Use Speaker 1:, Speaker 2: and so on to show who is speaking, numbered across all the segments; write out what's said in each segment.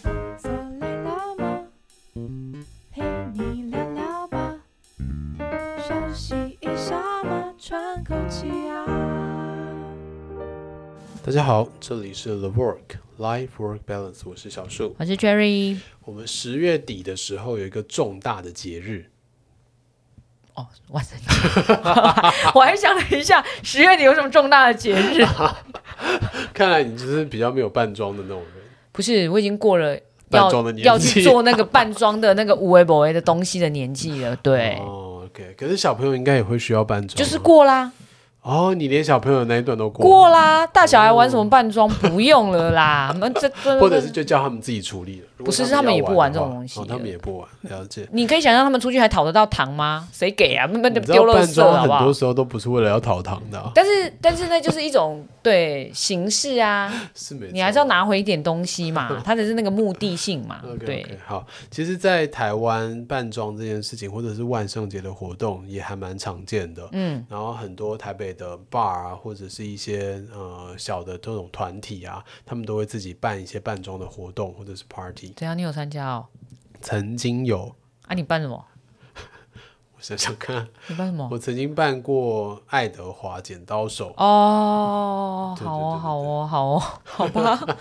Speaker 1: 坐累了吗？陪你聊聊吧，休息一下嘛，喘口气啊。
Speaker 2: 大家好，这里是 The Work Life Work Balance，我是小树。
Speaker 3: 我是 Jerry。
Speaker 2: 我们十月底的时候有一个重大的节日，
Speaker 3: 哦，万圣节， 我还想了一下，十月底有什么重大的节日？
Speaker 2: 看来你就是比较没有扮装的那种人。
Speaker 3: 不是，我已经过了
Speaker 2: 扮
Speaker 3: 要
Speaker 2: 装的年纪
Speaker 3: 要去做那个扮装的那个无为不为的东西的年纪了。对，
Speaker 2: 哦，OK，可是小朋友应该也会需要扮装，
Speaker 3: 就是过啦，
Speaker 2: 哦，你连小朋友的那一段都过，
Speaker 3: 过啦，大小孩玩什么扮装不用了啦。 那这这
Speaker 2: 或者是就叫他们自己处理了。如果
Speaker 3: 不是
Speaker 2: 他们
Speaker 3: 他们也
Speaker 2: 要
Speaker 3: 不
Speaker 2: 玩
Speaker 3: 玩
Speaker 2: 的
Speaker 3: 这种
Speaker 2: 话
Speaker 3: 东西
Speaker 2: 哦，他们也不玩，了解。
Speaker 3: 你可以想象他们出去还讨得到糖吗？谁给啊？那那
Speaker 2: 你知道
Speaker 3: 丢垃
Speaker 2: 扮
Speaker 3: 圾
Speaker 2: 装
Speaker 3: 好不
Speaker 2: 很
Speaker 3: 好
Speaker 2: 多？时候都不是为了要讨糖的啊、
Speaker 3: 但是但是那就是一种对形式啊，
Speaker 2: 是没错。
Speaker 3: 你还是要拿回一点东 西嘛，它的是那个目的性嘛
Speaker 2: OK，OK，，
Speaker 3: 对，
Speaker 2: 好。其实，在台湾扮装这件事情，或者是万圣节的活动，也还蛮常见的。
Speaker 3: 嗯，
Speaker 2: 然后很多台北的 bar 啊，或者是一些呃小的这种团体啊，他们都会自己办一些扮装的活动或者是 party。
Speaker 3: 怎样？你有参加哦？
Speaker 2: 曾经有，
Speaker 3: 啊，你扮什么？
Speaker 2: 我想想看，啊
Speaker 3: 你扮什么？
Speaker 2: 我曾经办过爱德华剪刀手。
Speaker 3: 哦，
Speaker 2: 对对对
Speaker 3: 好
Speaker 2: 对
Speaker 3: 哦，好哦，好哦，好 吧，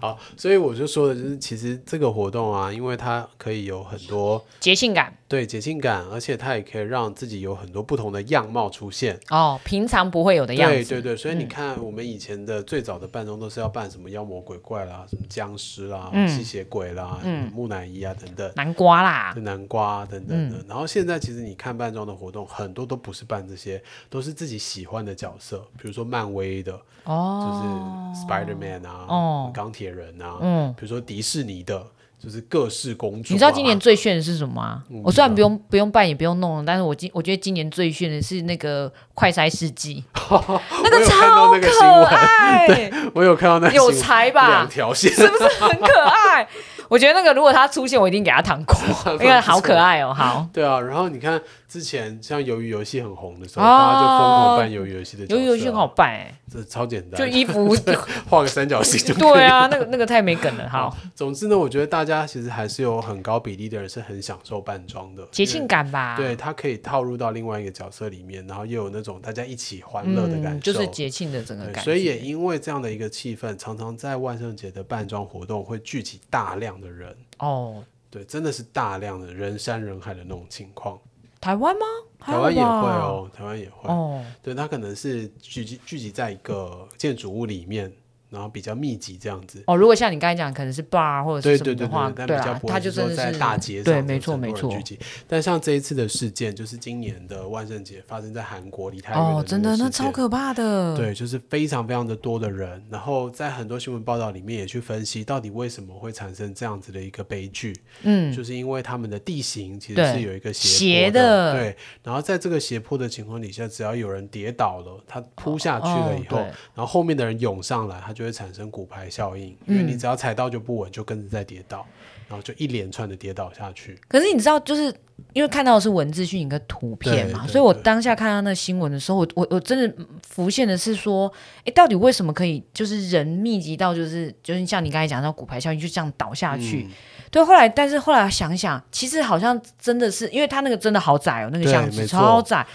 Speaker 2: 好，所以我就说的就是，其实这个活动啊，因为它可以有很多
Speaker 3: 节性感
Speaker 2: 对节庆感，而且它也可以让自己有很多不同的样貌出现。
Speaker 3: 哦，平常不会有的样
Speaker 2: 对
Speaker 3: 子，
Speaker 2: 对对，所以你
Speaker 3: 嗯
Speaker 2: 看，我们以前的最早的扮装都是要扮什么妖魔鬼怪啦，什么僵尸啦、
Speaker 3: 嗯
Speaker 2: 吸血鬼啦、
Speaker 3: 嗯
Speaker 2: 木乃伊啊等等，
Speaker 3: 南瓜啦，
Speaker 2: 南瓜啊等等的。
Speaker 3: 嗯
Speaker 2: 然后现在其实你看扮装的活动，很多都不是扮这些，都是自己喜欢的角色，比如说漫威的，就是
Speaker 3: 哦，
Speaker 2: Spider Man 啊，
Speaker 3: 哦
Speaker 2: 钢铁人啊，
Speaker 3: 嗯，
Speaker 2: 比如说迪士尼的，就是各式公主啊、
Speaker 3: 你知道今年最炫的是什么吗
Speaker 2: 嗯？
Speaker 3: 我虽然不用不用扮也不用弄，但是我今我觉得今年最炫的是那个快筛试 剂，那
Speaker 2: 我
Speaker 3: 个
Speaker 2: 有看到
Speaker 3: 超
Speaker 2: 那个新闻
Speaker 3: 可爱，
Speaker 2: 我有看到那个
Speaker 3: 有
Speaker 2: 新闻
Speaker 3: 才吧
Speaker 2: 两？条线，
Speaker 3: 是不是很可爱？我觉得那个如果它出现，我一定给 它糖果，因为好可爱哦。好，
Speaker 2: 对啊，然后你看之前像鱿鱼游戏很红的时候，
Speaker 3: 哦
Speaker 2: 大家就疯狂扮鱿鱼游戏的角
Speaker 3: 游
Speaker 2: 色啊
Speaker 3: 游戏很好，办哎，
Speaker 2: 这超简单，
Speaker 3: 就衣服
Speaker 2: 画个三角形就可以。
Speaker 3: 对啊，那个那个太没梗了。好，
Speaker 2: 总之呢，我觉得大家其实还是有很高比例的人是很享受扮装的
Speaker 3: 节庆。啊感吧。
Speaker 2: 因为对，它可以套入到另外一个角色里面，然后又有那种大家一起欢乐的感受，
Speaker 3: 嗯，就是节庆的整个
Speaker 2: 对
Speaker 3: 感觉。
Speaker 2: 所以也因为这样的一个气氛，常常在万圣节的扮装活动会聚集大量的人，
Speaker 3: 哦，
Speaker 2: 对，真的是大量的人山人海的那种情况。
Speaker 3: 台湾吗？
Speaker 2: 台湾也会
Speaker 3: 还好吧。
Speaker 2: 哦，台湾也会。
Speaker 3: 哦，
Speaker 2: 对，它可能是聚集聚集在一个建筑物里面，然后比较密集这样子。
Speaker 3: 哦，如果像你刚才讲，可能是 bar 或者
Speaker 2: 对
Speaker 3: 是什
Speaker 2: 对
Speaker 3: 么
Speaker 2: 对
Speaker 3: 的话，
Speaker 2: 对，但比较
Speaker 3: 啊
Speaker 2: 不，
Speaker 3: 它
Speaker 2: 会
Speaker 3: 就是
Speaker 2: 说
Speaker 3: 真的
Speaker 2: 在
Speaker 3: 是
Speaker 2: 大街上
Speaker 3: 对，
Speaker 2: 这
Speaker 3: 没
Speaker 2: 样
Speaker 3: 错
Speaker 2: 子很
Speaker 3: 没
Speaker 2: 多人
Speaker 3: 错
Speaker 2: 聚。集。但像这一次的事件，就是今年的万圣节发生在韩国梨泰院
Speaker 3: 哦，
Speaker 2: 那
Speaker 3: 真
Speaker 2: 个
Speaker 3: 的，
Speaker 2: 事
Speaker 3: 那超
Speaker 2: 件
Speaker 3: 可怕的。，
Speaker 2: 对，就是非常非常的多的人，然后在很多新闻报道里面也去分析，到底为什么会产生这样子的一个悲剧，
Speaker 3: 嗯，
Speaker 2: 就是因为他们的地形其实
Speaker 3: 对
Speaker 2: 是有一个
Speaker 3: 斜
Speaker 2: 斜坡的，
Speaker 3: 的
Speaker 2: 对，然后在这个斜坡的情况底下，只要有人跌倒了，他扑下去
Speaker 3: 哦
Speaker 2: 了以后，
Speaker 3: 对
Speaker 2: 然后后面的人涌上来，它就会产生骨牌效应，因为你
Speaker 3: 嗯
Speaker 2: 只要踩到就不稳，就跟着再跌倒，然后就一连串的跌倒下去。
Speaker 3: 可是你知道，就是因为看到的是文字讯息跟图片
Speaker 2: 对
Speaker 3: 嘛，
Speaker 2: 对
Speaker 3: 所以我
Speaker 2: 对
Speaker 3: 当下看到那新闻的时候，我我我真的浮现的是说，哎，到底为什么可以就是人密集到就是就是像你刚才讲到骨牌效应就这样倒下
Speaker 2: 嗯
Speaker 3: 去？对，后来但是后来想想，其实好像真的是，因为它那个真的好窄哦，那个
Speaker 2: 对
Speaker 3: 巷
Speaker 2: 没
Speaker 3: 子
Speaker 2: 错
Speaker 3: 超窄，哦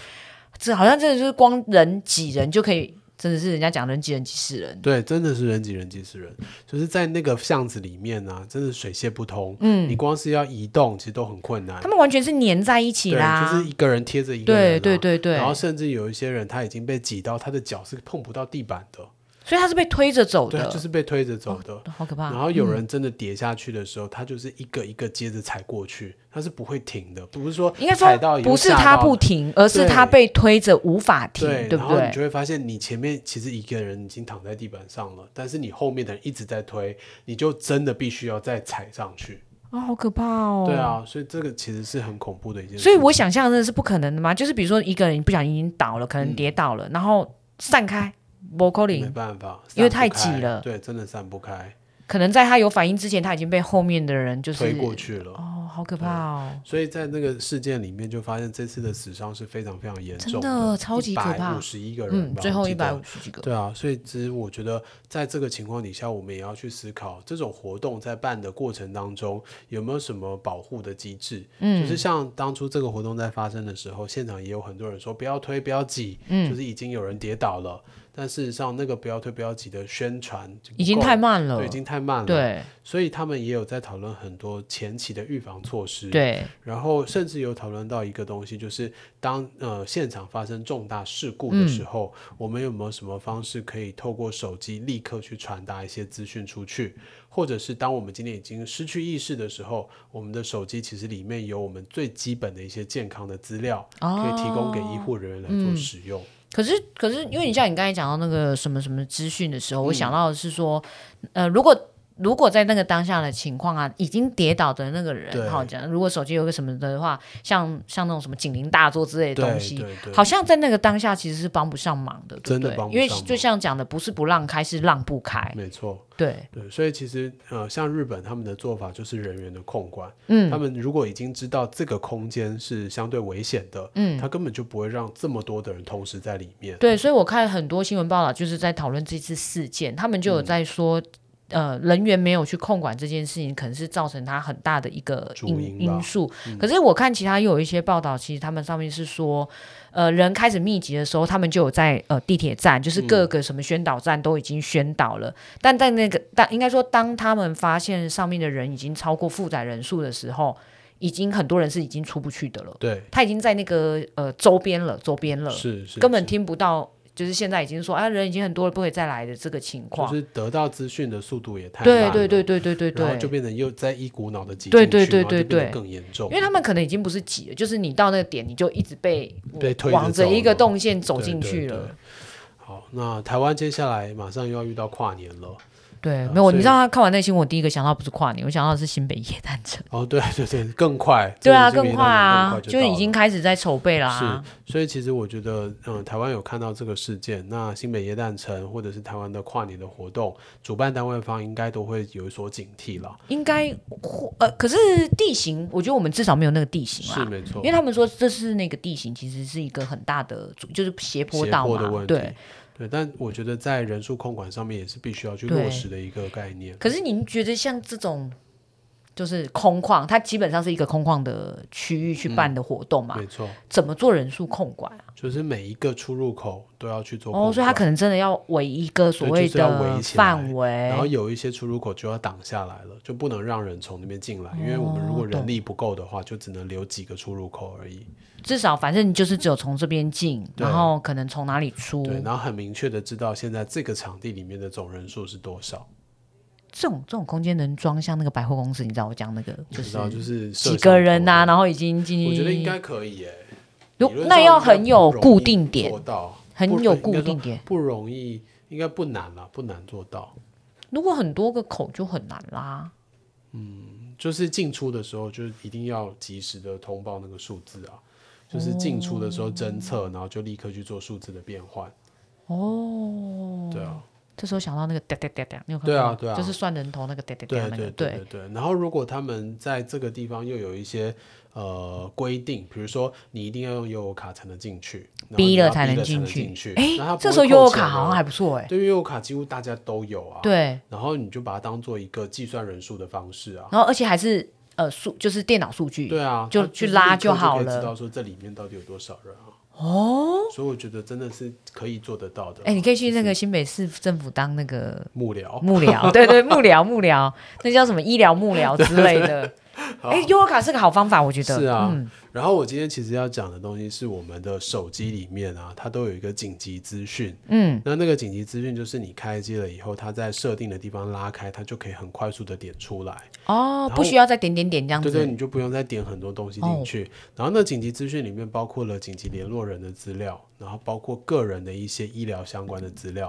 Speaker 3: 这好像真的就是光人挤人就可以，真的是人家讲人挤人挤死人。
Speaker 2: 对，真的是人挤人挤死人，就是在那个巷子里面呢、真的水泄不通。你
Speaker 3: 嗯，
Speaker 2: 光是要移动，其实都很困难
Speaker 3: 他。们完全是粘在一起
Speaker 2: 对，
Speaker 3: 啦，
Speaker 2: 就是一个人贴着一个人、啊
Speaker 3: 对对。对对，
Speaker 2: 然后甚至有一些人他已经被挤到，他的脚是碰不到地板的，
Speaker 3: 所以他是被推着走
Speaker 2: 对
Speaker 3: 的，，哦嗯
Speaker 2: 就是被推着走的。
Speaker 3: 好可怕。
Speaker 2: 然后有人真的跌下去的时候，他就是一个一个接着踩过去，他是不会停的，不是说
Speaker 3: 应该
Speaker 2: 踩到
Speaker 3: 说
Speaker 2: 以后
Speaker 3: 不是
Speaker 2: 吓
Speaker 3: 他
Speaker 2: 到
Speaker 3: 不停，而是他被推着无法停，
Speaker 2: 对，
Speaker 3: 对
Speaker 2: 然
Speaker 3: 不
Speaker 2: 后你就
Speaker 3: 对？
Speaker 2: 会发现，你前面其实一个人已经躺在地板上了，但是你后面的人一直在推，你就真的必须要再踩上去。
Speaker 3: 啊、好可怕哦！
Speaker 2: 对。啊，所以这个其实是很恐怖的一件事。
Speaker 3: 所以我想象的是不可能的嘛，就是比如说一个人不小心已经倒了，可能跌倒了，然后散开，摩扣
Speaker 2: 没
Speaker 3: 林，
Speaker 2: 办法，
Speaker 3: 因
Speaker 2: 散
Speaker 3: 为
Speaker 2: 不
Speaker 3: 太挤
Speaker 2: 开
Speaker 3: 了
Speaker 2: 对，真的散不开，
Speaker 3: 可能在他有反应之前，他已经被后面的人就是
Speaker 2: 推过去了。
Speaker 3: 哦，好可怕哦！
Speaker 2: 所以在那个事件里面，就发现这次的死伤是非常非常严
Speaker 3: 真
Speaker 2: 重
Speaker 3: 的超级可怕
Speaker 2: 五十一个人
Speaker 3: 嗯，
Speaker 2: 吧，
Speaker 3: 最
Speaker 2: 我
Speaker 3: 后
Speaker 2: 记
Speaker 3: 一
Speaker 2: 得
Speaker 3: 百五十几个，
Speaker 2: 对啊，所以其实我觉得，在这个情况底下，我们也要去思考，这种活动在办的过程当中有没有什么保护的机制？
Speaker 3: 嗯
Speaker 2: 就是像当初这个活动在发生的时候，现场也有很多人说不要推，不要挤，
Speaker 3: 嗯
Speaker 2: 就是已经有人跌倒了。但事实上，那个不要推不要挤的宣传就不
Speaker 3: 已经
Speaker 2: 够
Speaker 3: 太慢了
Speaker 2: 对，已，经太慢了。，
Speaker 3: 对
Speaker 2: 所以他们也有在讨论很多前期的预防措施。
Speaker 3: 对，
Speaker 2: 然后甚至有讨论到一个东西，就是当呃现场发生重大事故的
Speaker 3: 嗯
Speaker 2: 时候，我们有没有什么方式可以透过手机立刻去传达一些资讯出去？或者是当我们今天已经失去意识的时候，我们的手机其实里面有我们最基本的一些健康的资料，可以提供给医
Speaker 3: 哦嗯
Speaker 2: 护人员来做使用。
Speaker 3: 可是，可是，因为你像你刚才讲到那个什么什么资讯的时
Speaker 2: 嗯
Speaker 3: 候，我想到的是说，呃，如果如果在那个当下的情况啊，已经跌倒的那个
Speaker 2: 对
Speaker 3: 人，好讲，如果手机有个什么的话，像像那种什么警铃大作之类的东
Speaker 2: 对
Speaker 3: 西，
Speaker 2: 对对，
Speaker 3: 好像在那个当下其实是帮不上忙的，对
Speaker 2: 真的
Speaker 3: 对
Speaker 2: 帮不
Speaker 3: 因为
Speaker 2: 上忙
Speaker 3: 就像讲的，不是不让开，是让不开，
Speaker 2: 没错。
Speaker 3: 对，
Speaker 2: 对，所以其实呃，像日本他们的做法就是人员的控管，
Speaker 3: 嗯，
Speaker 2: 他们如果已经知道这个空间是相对危险的，嗯，他根本就不会让这么多的人同时在里面。
Speaker 3: 对，所以我看很多新闻报道，就是在讨论这次事件，他们
Speaker 2: 嗯
Speaker 3: 就有在说。呃，人员没有去控管这件事情，可能是造成他很大的一个
Speaker 2: 主因
Speaker 3: 因
Speaker 2: 吧嗯
Speaker 3: 因素。可是我看其他又有一些报道，其实他们上面是说，呃，人开始密集的时候，他们就有在呃地铁站，就是各
Speaker 2: 嗯
Speaker 3: 个什么宣导站都已经宣导了。但在那个当应该说，当他们发现上面的人已经超过负载人数的时候，已经很多人是已经出不去的了，
Speaker 2: 对，
Speaker 3: 他已经在那个呃周边了，周边了。
Speaker 2: 是是，
Speaker 3: 根本
Speaker 2: 是
Speaker 3: 听不到，就是现在已经说啊，人已经很多了，不可以再来的这个情
Speaker 2: 就
Speaker 3: 况。
Speaker 2: 是得到资讯的速度也太慢
Speaker 3: 对
Speaker 2: 了
Speaker 3: 对对对对对
Speaker 2: 然后就
Speaker 3: 对，
Speaker 2: 变成又在一股脑的挤进去，
Speaker 3: 对对对
Speaker 2: 然后就
Speaker 3: 对
Speaker 2: 变得
Speaker 3: 对
Speaker 2: 更严重
Speaker 3: 因。为他们可能已经不是挤了，就是你到那个点，你就一直被
Speaker 2: 被推着
Speaker 3: 往着
Speaker 2: 走
Speaker 3: 一个
Speaker 2: 了
Speaker 3: 动线走
Speaker 2: 对
Speaker 3: 进
Speaker 2: 对
Speaker 3: 去
Speaker 2: 对
Speaker 3: 了。
Speaker 2: 好，那台湾接下来马上又要遇到跨年了。
Speaker 3: 对，
Speaker 2: 啊
Speaker 3: 没有，
Speaker 2: 所
Speaker 3: 你
Speaker 2: 以
Speaker 3: 知道他看完那新闻，我第一个想到不是跨年，我想到的是新北夜诞城。
Speaker 2: 哦，对对对，更快，
Speaker 3: 对啊，
Speaker 2: 真的是
Speaker 3: 更
Speaker 2: 比
Speaker 3: 快
Speaker 2: 那
Speaker 3: 啊
Speaker 2: 种，更
Speaker 3: 就
Speaker 2: 到
Speaker 3: 已
Speaker 2: 了
Speaker 3: 经啊开始在筹备啦、
Speaker 2: 是，所以其实我觉得，嗯，台湾有看到这个事件，那新北耶诞城或者是台湾的跨年的活动，主办单位方应该都会有所警惕了。
Speaker 3: 应该或呃，可是地形，我觉得我们至少没有那个地形
Speaker 2: 是
Speaker 3: 啦。
Speaker 2: 没错
Speaker 3: 因为，他们说这是那个地形，其实是一个很大的阻，就是斜坡
Speaker 2: 斜
Speaker 3: 道
Speaker 2: 坡的
Speaker 3: 嘛
Speaker 2: 问，题，
Speaker 3: 对。
Speaker 2: 对，但我觉得在人数控管上面也是必须要去
Speaker 3: 对
Speaker 2: 落实的一个概念。
Speaker 3: 可是您觉得像这种就是空旷，它基本上是一个空旷的区域去办的活动嘛？
Speaker 2: 没错，
Speaker 3: 怎么做人数控管啊？
Speaker 2: 就是每一个出入口都要去做控
Speaker 3: 哦，所以它
Speaker 2: 管
Speaker 3: 可能真的要围一个所
Speaker 2: 对
Speaker 3: 谓
Speaker 2: 就是要
Speaker 3: 的
Speaker 2: 围起来
Speaker 3: 范围
Speaker 2: 然，后有一些出入口就要挡下来了，就不能让人从那边进来，因为我们如果
Speaker 3: 哦
Speaker 2: 人力不够的话，就只能留几个出入口而已。
Speaker 3: 至少反正你就是只有从这边进，
Speaker 2: 对
Speaker 3: 然后可能从哪里出，
Speaker 2: 对，然后很明确的知道现在这个场地里面的总人数是多少，
Speaker 3: 这种这种空间能装像那个百货公司，你知道我讲那个
Speaker 2: 你
Speaker 3: 就
Speaker 2: 知道
Speaker 3: 是
Speaker 2: 就是摄像
Speaker 3: 几个人
Speaker 2: 头
Speaker 3: 呐、
Speaker 2: 的
Speaker 3: 然后已经进，
Speaker 2: 我觉得应该可以耶、
Speaker 3: 如
Speaker 2: 理论
Speaker 3: 那
Speaker 2: 上
Speaker 3: 要
Speaker 2: 应该
Speaker 3: 很有
Speaker 2: 不容易
Speaker 3: 固定点
Speaker 2: 做，到，
Speaker 3: 很
Speaker 2: 不
Speaker 3: 有
Speaker 2: 应该
Speaker 3: 固
Speaker 2: 说
Speaker 3: 定点。
Speaker 2: 不容易，应该不难啦，不难做到。
Speaker 3: 如果很多个口就很难啦。
Speaker 2: 就是进出的时候，就是一定要及时的通报那个数字啊。就是进出的时候侦测，然后就立刻去做数字的变换。
Speaker 3: 哦，
Speaker 2: 对啊，
Speaker 3: 这时候想到那个哒哒哒哒，你有看
Speaker 2: 对
Speaker 3: 过
Speaker 2: 啊
Speaker 3: 吗
Speaker 2: 对啊
Speaker 3: 就是算人头那个哒哒
Speaker 2: 对啊
Speaker 3: 哒那个，
Speaker 2: 对对，对。然后如果他们在这个地方又有一些呃规定，比如说你一定要用悠游卡才能进去，然后你
Speaker 3: 逼
Speaker 2: 要
Speaker 3: 了
Speaker 2: 逼
Speaker 3: 才能
Speaker 2: 能
Speaker 3: 进
Speaker 2: 去
Speaker 3: 去。。
Speaker 2: 那它
Speaker 3: 哎，
Speaker 2: 不
Speaker 3: 这
Speaker 2: 会
Speaker 3: 时候
Speaker 2: 扣
Speaker 3: 悠游
Speaker 2: 钱
Speaker 3: 卡好
Speaker 2: 啊
Speaker 3: 像还不错哎。
Speaker 2: 对，因为悠游卡几乎大家都有啊。。
Speaker 3: 对，
Speaker 2: 然后你就把它当做一个计算人数的方式啊。
Speaker 3: 然后而且还是呃数，就是电脑数据。
Speaker 2: 对啊，
Speaker 3: 嗯就
Speaker 2: 它
Speaker 3: 去
Speaker 2: 是
Speaker 3: 拉
Speaker 2: 立刻
Speaker 3: 就
Speaker 2: 就
Speaker 3: 好
Speaker 2: 可以
Speaker 3: 了
Speaker 2: 知道说这里面到底有多少人啊。
Speaker 3: 哦，
Speaker 2: 所以我觉得真的是可以做得到的啊。
Speaker 3: 哎，你可以
Speaker 2: 就
Speaker 3: 去
Speaker 2: 是哦
Speaker 3: 那个新北市政府当那个
Speaker 2: 幕僚。
Speaker 3: 幕僚，对对，幕僚幕僚，那叫什么医疗幕僚之类的。哎，悠游卡是个好方法，我觉得。
Speaker 2: 是啊，
Speaker 3: 嗯
Speaker 2: 然后我今天其实要讲的东西是我们的手机里面啊，它都有一个紧急资讯。
Speaker 3: 嗯，
Speaker 2: 那那个紧急资讯就是你开机了以后，它在设定的地方拉开，它就可以很快速的点出来。
Speaker 3: 哦
Speaker 2: 然，后
Speaker 3: 不需要再点点点这样
Speaker 2: 对对，
Speaker 3: 子。
Speaker 2: 你就不用再点很多东西
Speaker 3: 哦
Speaker 2: 进去。然后那紧急资讯里面包括了紧急联络人的资料，然后包括个人的一些医疗相关的资料，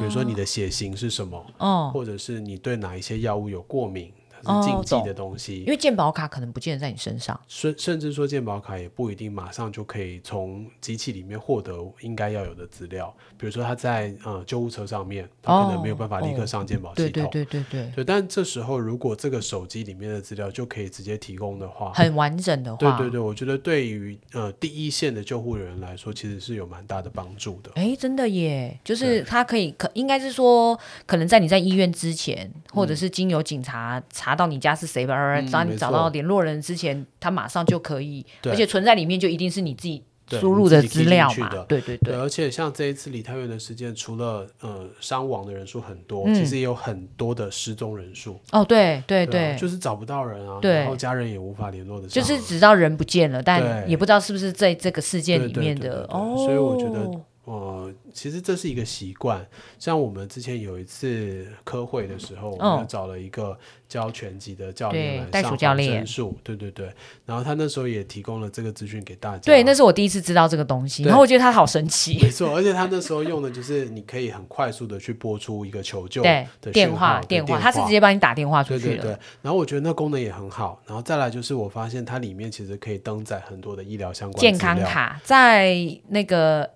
Speaker 2: 比如说你的血型是什么，
Speaker 3: 哦，
Speaker 2: 或者是你对哪一些药物有过敏，它是禁
Speaker 3: 哦
Speaker 2: 忌
Speaker 3: 懂
Speaker 2: 的东西。
Speaker 3: 因为健保卡可能不见得在你身上。
Speaker 2: 甚甚至说健保卡也不一定马上就可以从机器里面获得应该要有的资料，比如说他在呃救护车上面，他可能没有办法立刻上健保系统。
Speaker 3: 哦对对对对对，
Speaker 2: 对但这时候如果这个手机里面的资料就可以直接提供的话，
Speaker 3: 很完整的
Speaker 2: 对
Speaker 3: 话，
Speaker 2: 对对，我觉得对于呃第一线的救护人员来说，其实是有蛮大的帮助的。
Speaker 3: 哎，真的耶，就
Speaker 2: 对
Speaker 3: 是他可以可应该是说，可能在你在医院之前，或者是经由警察查到你家是谁吧，
Speaker 2: 嗯
Speaker 3: 然后你
Speaker 2: 没
Speaker 3: 找
Speaker 2: 错
Speaker 3: 到联络人之前，他马上就可以，
Speaker 2: 对
Speaker 3: 而且存在里面就一定是你自己
Speaker 2: 对
Speaker 3: 输
Speaker 2: 你
Speaker 3: 入
Speaker 2: 自
Speaker 3: 的
Speaker 2: 己
Speaker 3: 资
Speaker 2: key
Speaker 3: 料
Speaker 2: 进去
Speaker 3: 嘛
Speaker 2: 的，
Speaker 3: 对对
Speaker 2: 对，
Speaker 3: 对，
Speaker 2: 而且像这一次李太元的事件，除了呃伤亡的人数很多，
Speaker 3: 嗯
Speaker 2: 其实也有很多的失踪人数。
Speaker 3: 哦对对
Speaker 2: 对啊
Speaker 3: 对，
Speaker 2: 就是找不到人啊，
Speaker 3: 对
Speaker 2: 然后家人也无法联络的上
Speaker 3: 就
Speaker 2: 啊，
Speaker 3: 是只知道人不见了，但
Speaker 2: 对
Speaker 3: 也不知道是不是在这个事件
Speaker 2: 对
Speaker 3: 里
Speaker 2: 对
Speaker 3: 面
Speaker 2: 对
Speaker 3: 的
Speaker 2: 对
Speaker 3: 哦
Speaker 2: 对，所以我觉得呃，其实这是一个习惯。像我们之前有一次科会的时候，我们
Speaker 3: 嗯
Speaker 2: 就找了一个教拳击的教练
Speaker 3: 对
Speaker 2: 来
Speaker 3: 袋
Speaker 2: 上
Speaker 3: 鼠教
Speaker 2: 防
Speaker 3: 练
Speaker 2: 身术，对对对。然后他那时候也提供了这个资讯给大家，
Speaker 3: 对，那是我第一次知道这个东西，
Speaker 2: 对
Speaker 3: 然后我觉得它好神奇，
Speaker 2: 没错，而且他那时候用的就是你可以很快速的去拨出一个求救
Speaker 3: 对
Speaker 2: 的，讯
Speaker 3: 电
Speaker 2: 号
Speaker 3: 话
Speaker 2: 对
Speaker 3: 电
Speaker 2: 电
Speaker 3: 话，它是直接帮你打电话出
Speaker 2: 对
Speaker 3: 去
Speaker 2: 对
Speaker 3: 了，
Speaker 2: 对，然后我觉得那功能也很好，然后再来就是我发现它里面其实可以登载很多的医疗相关
Speaker 3: 健
Speaker 2: 资
Speaker 3: 康
Speaker 2: 料，
Speaker 3: 卡在那个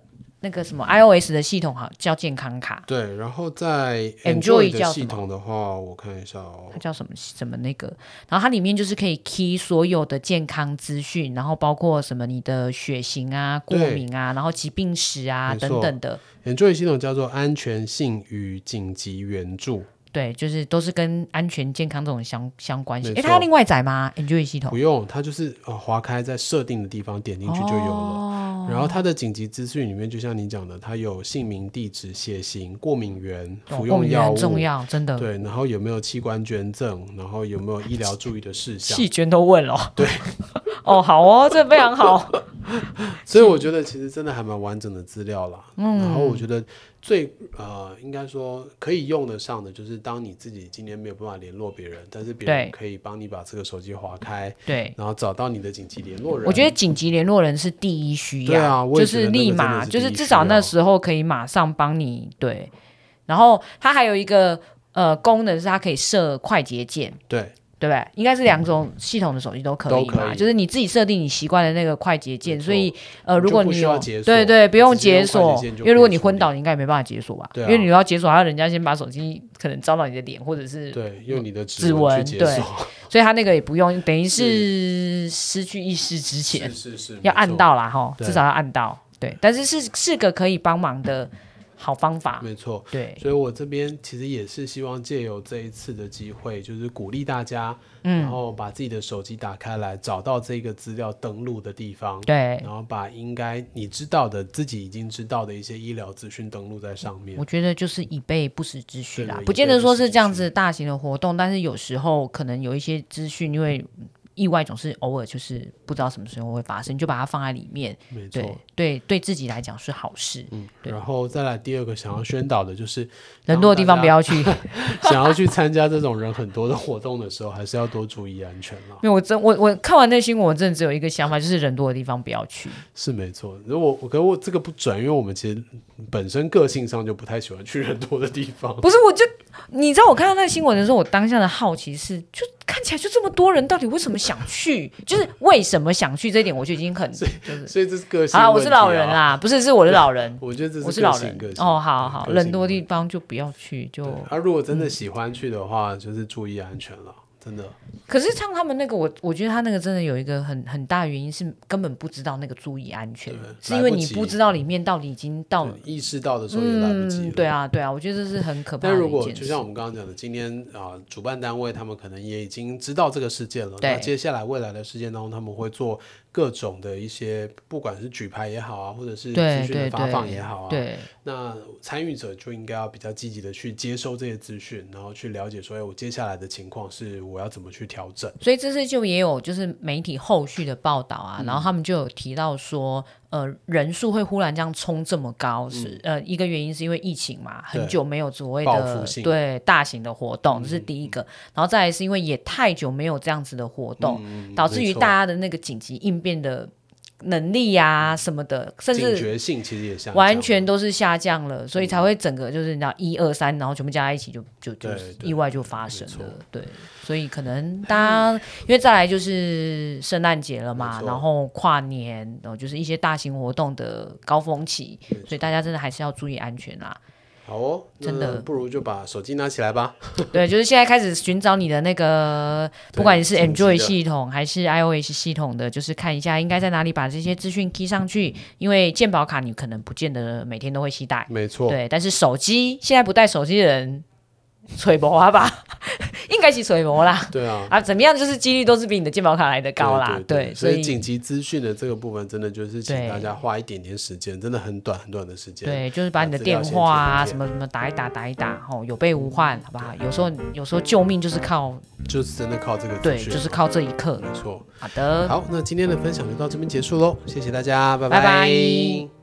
Speaker 3: 那个什么 iOS 的系统好像叫健康卡，
Speaker 2: 对，然后在
Speaker 3: Enjoy
Speaker 2: 的
Speaker 3: 叫
Speaker 2: 系
Speaker 3: 什么
Speaker 2: 统的话，我看一下哦
Speaker 3: 它，叫什么什么那个，然后它里面就是可以 key 所有的健康资讯，然后包括什么你的血型啊、过
Speaker 2: 对
Speaker 3: 敏啊，然后疾病史啊
Speaker 2: 没错
Speaker 3: 等等的，
Speaker 2: Enjoy 系统叫做安全性与紧急援助，
Speaker 3: 对，就是都是跟安全健康这种相相关性。
Speaker 2: 没
Speaker 3: 诶，
Speaker 2: 错
Speaker 3: 它要另外载吗？Enjoy 系
Speaker 2: 不
Speaker 3: 统
Speaker 2: 用，它就是呃划开在设定的地方点进去就有了。
Speaker 3: 哦
Speaker 2: 然后它的紧急资讯里面，就像你讲的，它有姓名、地址、血型、过敏源、服
Speaker 3: 懂哦过
Speaker 2: 用
Speaker 3: 敏
Speaker 2: 药
Speaker 3: 源很
Speaker 2: 物，
Speaker 3: 重要，真的。
Speaker 2: 对，然后有没有器官捐赠，然后有没有医疗注意的事项，
Speaker 3: 细菌都问了，对， 哦，好哦，这非常好，
Speaker 2: 所以我觉得其实真的还蛮完整的资料啦。嗯，然后我觉得最呃，应该说可以用得上的，就是当你自己今天没有办法联络别人，但是别人
Speaker 3: 对
Speaker 2: 可以帮你把这个手机划开，
Speaker 3: 对，
Speaker 2: 然后找到你的紧急联络人。
Speaker 3: 我觉得紧急联络人是第一需要，
Speaker 2: 对啊我也
Speaker 3: 就
Speaker 2: 觉得
Speaker 3: 是
Speaker 2: 那个
Speaker 3: 立
Speaker 2: 真的
Speaker 3: 马，
Speaker 2: 是
Speaker 3: 就
Speaker 2: 第
Speaker 3: 是
Speaker 2: 一
Speaker 3: 至
Speaker 2: 需
Speaker 3: 少
Speaker 2: 要
Speaker 3: 那时候可以马上帮你对。然后它还有一个呃功能是它可以设快捷键，
Speaker 2: 对
Speaker 3: 对不对？应该是两种系统的手机都可以
Speaker 2: 都可
Speaker 3: 嘛，
Speaker 2: 以
Speaker 3: 就是你自己设定你习惯的那个快捷键，
Speaker 2: 没错
Speaker 3: 所以呃，如
Speaker 2: 就
Speaker 3: 果
Speaker 2: 不
Speaker 3: 你
Speaker 2: 需
Speaker 3: 有
Speaker 2: 要解锁
Speaker 3: 对对，不用
Speaker 2: 直接
Speaker 3: 解
Speaker 2: 用快捷
Speaker 3: 锁，
Speaker 2: 键就
Speaker 3: 因为
Speaker 2: 可
Speaker 3: 如果
Speaker 2: 以
Speaker 3: 你
Speaker 2: 处
Speaker 3: 昏
Speaker 2: 理
Speaker 3: 倒，你应该也没办法解锁吧？
Speaker 2: 对啊
Speaker 3: 因为你要解锁，还要人家先把手机可能照到你的脸，或者是
Speaker 2: 对，用你的
Speaker 3: 指
Speaker 2: 指
Speaker 3: 纹
Speaker 2: 去解
Speaker 3: 对
Speaker 2: 锁，
Speaker 3: 所以他那个也不用，等于是失去意识之前
Speaker 2: 是是是，没
Speaker 3: 要按
Speaker 2: 错。
Speaker 3: 到啦，哈，
Speaker 2: 对
Speaker 3: 至少要按到。对，但是是是个可以帮忙的好方法。
Speaker 2: 没错，
Speaker 3: 对，
Speaker 2: 所以我这边其实也是希望借由这一次的机会，就是鼓励大家，然
Speaker 3: 嗯，
Speaker 2: 后把自己的手机打开来，找到这个资料登录的地方，
Speaker 3: 对
Speaker 2: 然，后把应该你知道的、自己已经知道的一些医疗资讯登录在上面
Speaker 3: 我。觉得就是以备不时之需
Speaker 2: 对
Speaker 3: 啦
Speaker 2: 对，
Speaker 3: 不见
Speaker 2: 以备
Speaker 3: 得
Speaker 2: 不
Speaker 3: 说
Speaker 2: 时
Speaker 3: 是
Speaker 2: 之
Speaker 3: 这样
Speaker 2: 需
Speaker 3: 子大型的活动，但是有时候可能有一些资讯，因为意外总是偶尔就是不知道什么时候会发生，你就把它放在里面。
Speaker 2: 没
Speaker 3: 对
Speaker 2: 错，
Speaker 3: 对，对自己来讲是好事，
Speaker 2: 嗯，
Speaker 3: 对
Speaker 2: 然后再来第二个想要宣导的就是，
Speaker 3: 人多的地方不要去。
Speaker 2: 想要去参加这种人很多的活动的时候，还是要多注意安全啦。
Speaker 3: 因为我真我我看完那新闻，我真的只有一个想法，就是人多的地方不要去。
Speaker 2: 是没错，如果我跟我这个不准，因为我们其实本身个性上就不太喜欢去人多的地方。
Speaker 3: 不是，我就你知道，我看到那个新闻的时候，我当下的好奇是，就看起来就这么多人，到底为什么想去？就是为什么想去这一点，我就已经很就是
Speaker 2: 所以 这是个性、
Speaker 3: 好
Speaker 2: 啊。
Speaker 3: 啦，我是老人，啦，不是是我是老人，
Speaker 2: 我觉得这
Speaker 3: 我
Speaker 2: 是
Speaker 3: 是
Speaker 2: 个
Speaker 3: 老
Speaker 2: 性
Speaker 3: 人
Speaker 2: 个性嗯
Speaker 3: 哦，好好，
Speaker 2: 个性
Speaker 3: 人多
Speaker 2: 问
Speaker 3: 地
Speaker 2: 题
Speaker 3: 方就不要去，就
Speaker 2: 对啊，如果真的喜欢去的话，就是注意安全了，真的。
Speaker 3: 可是像他们那个，我我觉得他那个真的有一个很很大原因是根本不知道那个注意安全
Speaker 2: 对，
Speaker 3: 是因为你
Speaker 2: 呃来不及
Speaker 3: 不知道里面到底已经到了
Speaker 2: 对，意识到的时候也来不及
Speaker 3: 哦嗯
Speaker 2: 了。，
Speaker 3: 对啊对啊，我觉得这是很可怕
Speaker 2: 但
Speaker 3: 的
Speaker 2: 如
Speaker 3: 一
Speaker 2: 果
Speaker 3: 件
Speaker 2: 就
Speaker 3: 事
Speaker 2: 像。我们刚刚讲的，今天啊、主办单位他们可能也已经知道这个事件了。那
Speaker 3: 对
Speaker 2: 接下来未来的事件当中，他们会做各种的一些，不管是举牌也好啊，或者是资
Speaker 3: 对
Speaker 2: 讯的
Speaker 3: 对
Speaker 2: 发放也
Speaker 3: 对
Speaker 2: 好啊，
Speaker 3: 对，
Speaker 2: 那参与者就应该要比较积极的去接收这些资讯，然后去了解说，哎，我接下来的情况是我要怎么去调整。
Speaker 3: 所以这次就也有就是媒体后续的报道
Speaker 2: 嗯
Speaker 3: 啊，然后他们就有提到说，呃，人数会忽然这样冲这么高，是呃一个原因是因为疫情嘛，
Speaker 2: 对
Speaker 3: 很久没有所谓
Speaker 2: 嗯报
Speaker 3: 的
Speaker 2: 复性嗯
Speaker 3: 对大型的活动，这是第一个，然后再来是因为也太久没有这样子的活动，
Speaker 2: 嗯
Speaker 3: 导致
Speaker 2: 没
Speaker 3: 于
Speaker 2: 错
Speaker 3: 大家的那个紧急应变的能力呀、
Speaker 2: 嗯
Speaker 3: 什么的，甚
Speaker 2: 警
Speaker 3: 至
Speaker 2: 觉性其实也下降
Speaker 3: 完全都是下降了，所以才会整个就是你知道一二三，然后全部加在一起就就就
Speaker 2: 对
Speaker 3: 是
Speaker 2: 对
Speaker 3: 意外就发生
Speaker 2: 没
Speaker 3: 了。对，所以可能大家因为再来就是圣诞节了嘛，
Speaker 2: 没错
Speaker 3: 然后跨年，然后就是一些大型活动的高峰期，所以大家真的还是要注意安全啦。
Speaker 2: 好哦，
Speaker 3: 真
Speaker 2: 那
Speaker 3: 的
Speaker 2: 不如就把手机拿起来吧。
Speaker 3: 对，就是现在开始寻找你的那个，
Speaker 2: 对
Speaker 3: 不管你是
Speaker 2: 紧急的
Speaker 3: Android 系统还是 iOS 系统的，就是看一下应该在哪里把这些资讯 key 上去，因为健保卡你可能不见得每天都会携带。
Speaker 2: 没错，
Speaker 3: 对，但是手机现在不带手机的人，吹薄啊吧， 应该是吹薄啦。
Speaker 2: 对啊，
Speaker 3: 啊，怎么样？就是几率都是比你的健保卡来的高啦。
Speaker 2: 对
Speaker 3: 所
Speaker 2: 所
Speaker 3: 以
Speaker 2: 紧急资讯的这个部分，真的就是请
Speaker 3: 对
Speaker 2: 大家花一点点时间，真的很短很短的时间。
Speaker 3: 对，就是把
Speaker 2: 把
Speaker 3: 你的
Speaker 2: 资料
Speaker 3: 电
Speaker 2: 先
Speaker 3: 话
Speaker 2: 填
Speaker 3: 啊
Speaker 2: 一填
Speaker 3: 什么什么打一打打一打，吼，有备无患，好不好？有时候有时候救命就是靠
Speaker 2: 就是真的靠这个资
Speaker 3: 对，
Speaker 2: 讯，
Speaker 3: 就是靠这一刻。
Speaker 2: 没错。
Speaker 3: 好的，
Speaker 2: 好，那今天的分享就到这边结束喽，谢谢大家，
Speaker 3: 拜
Speaker 2: 拜
Speaker 3: 拜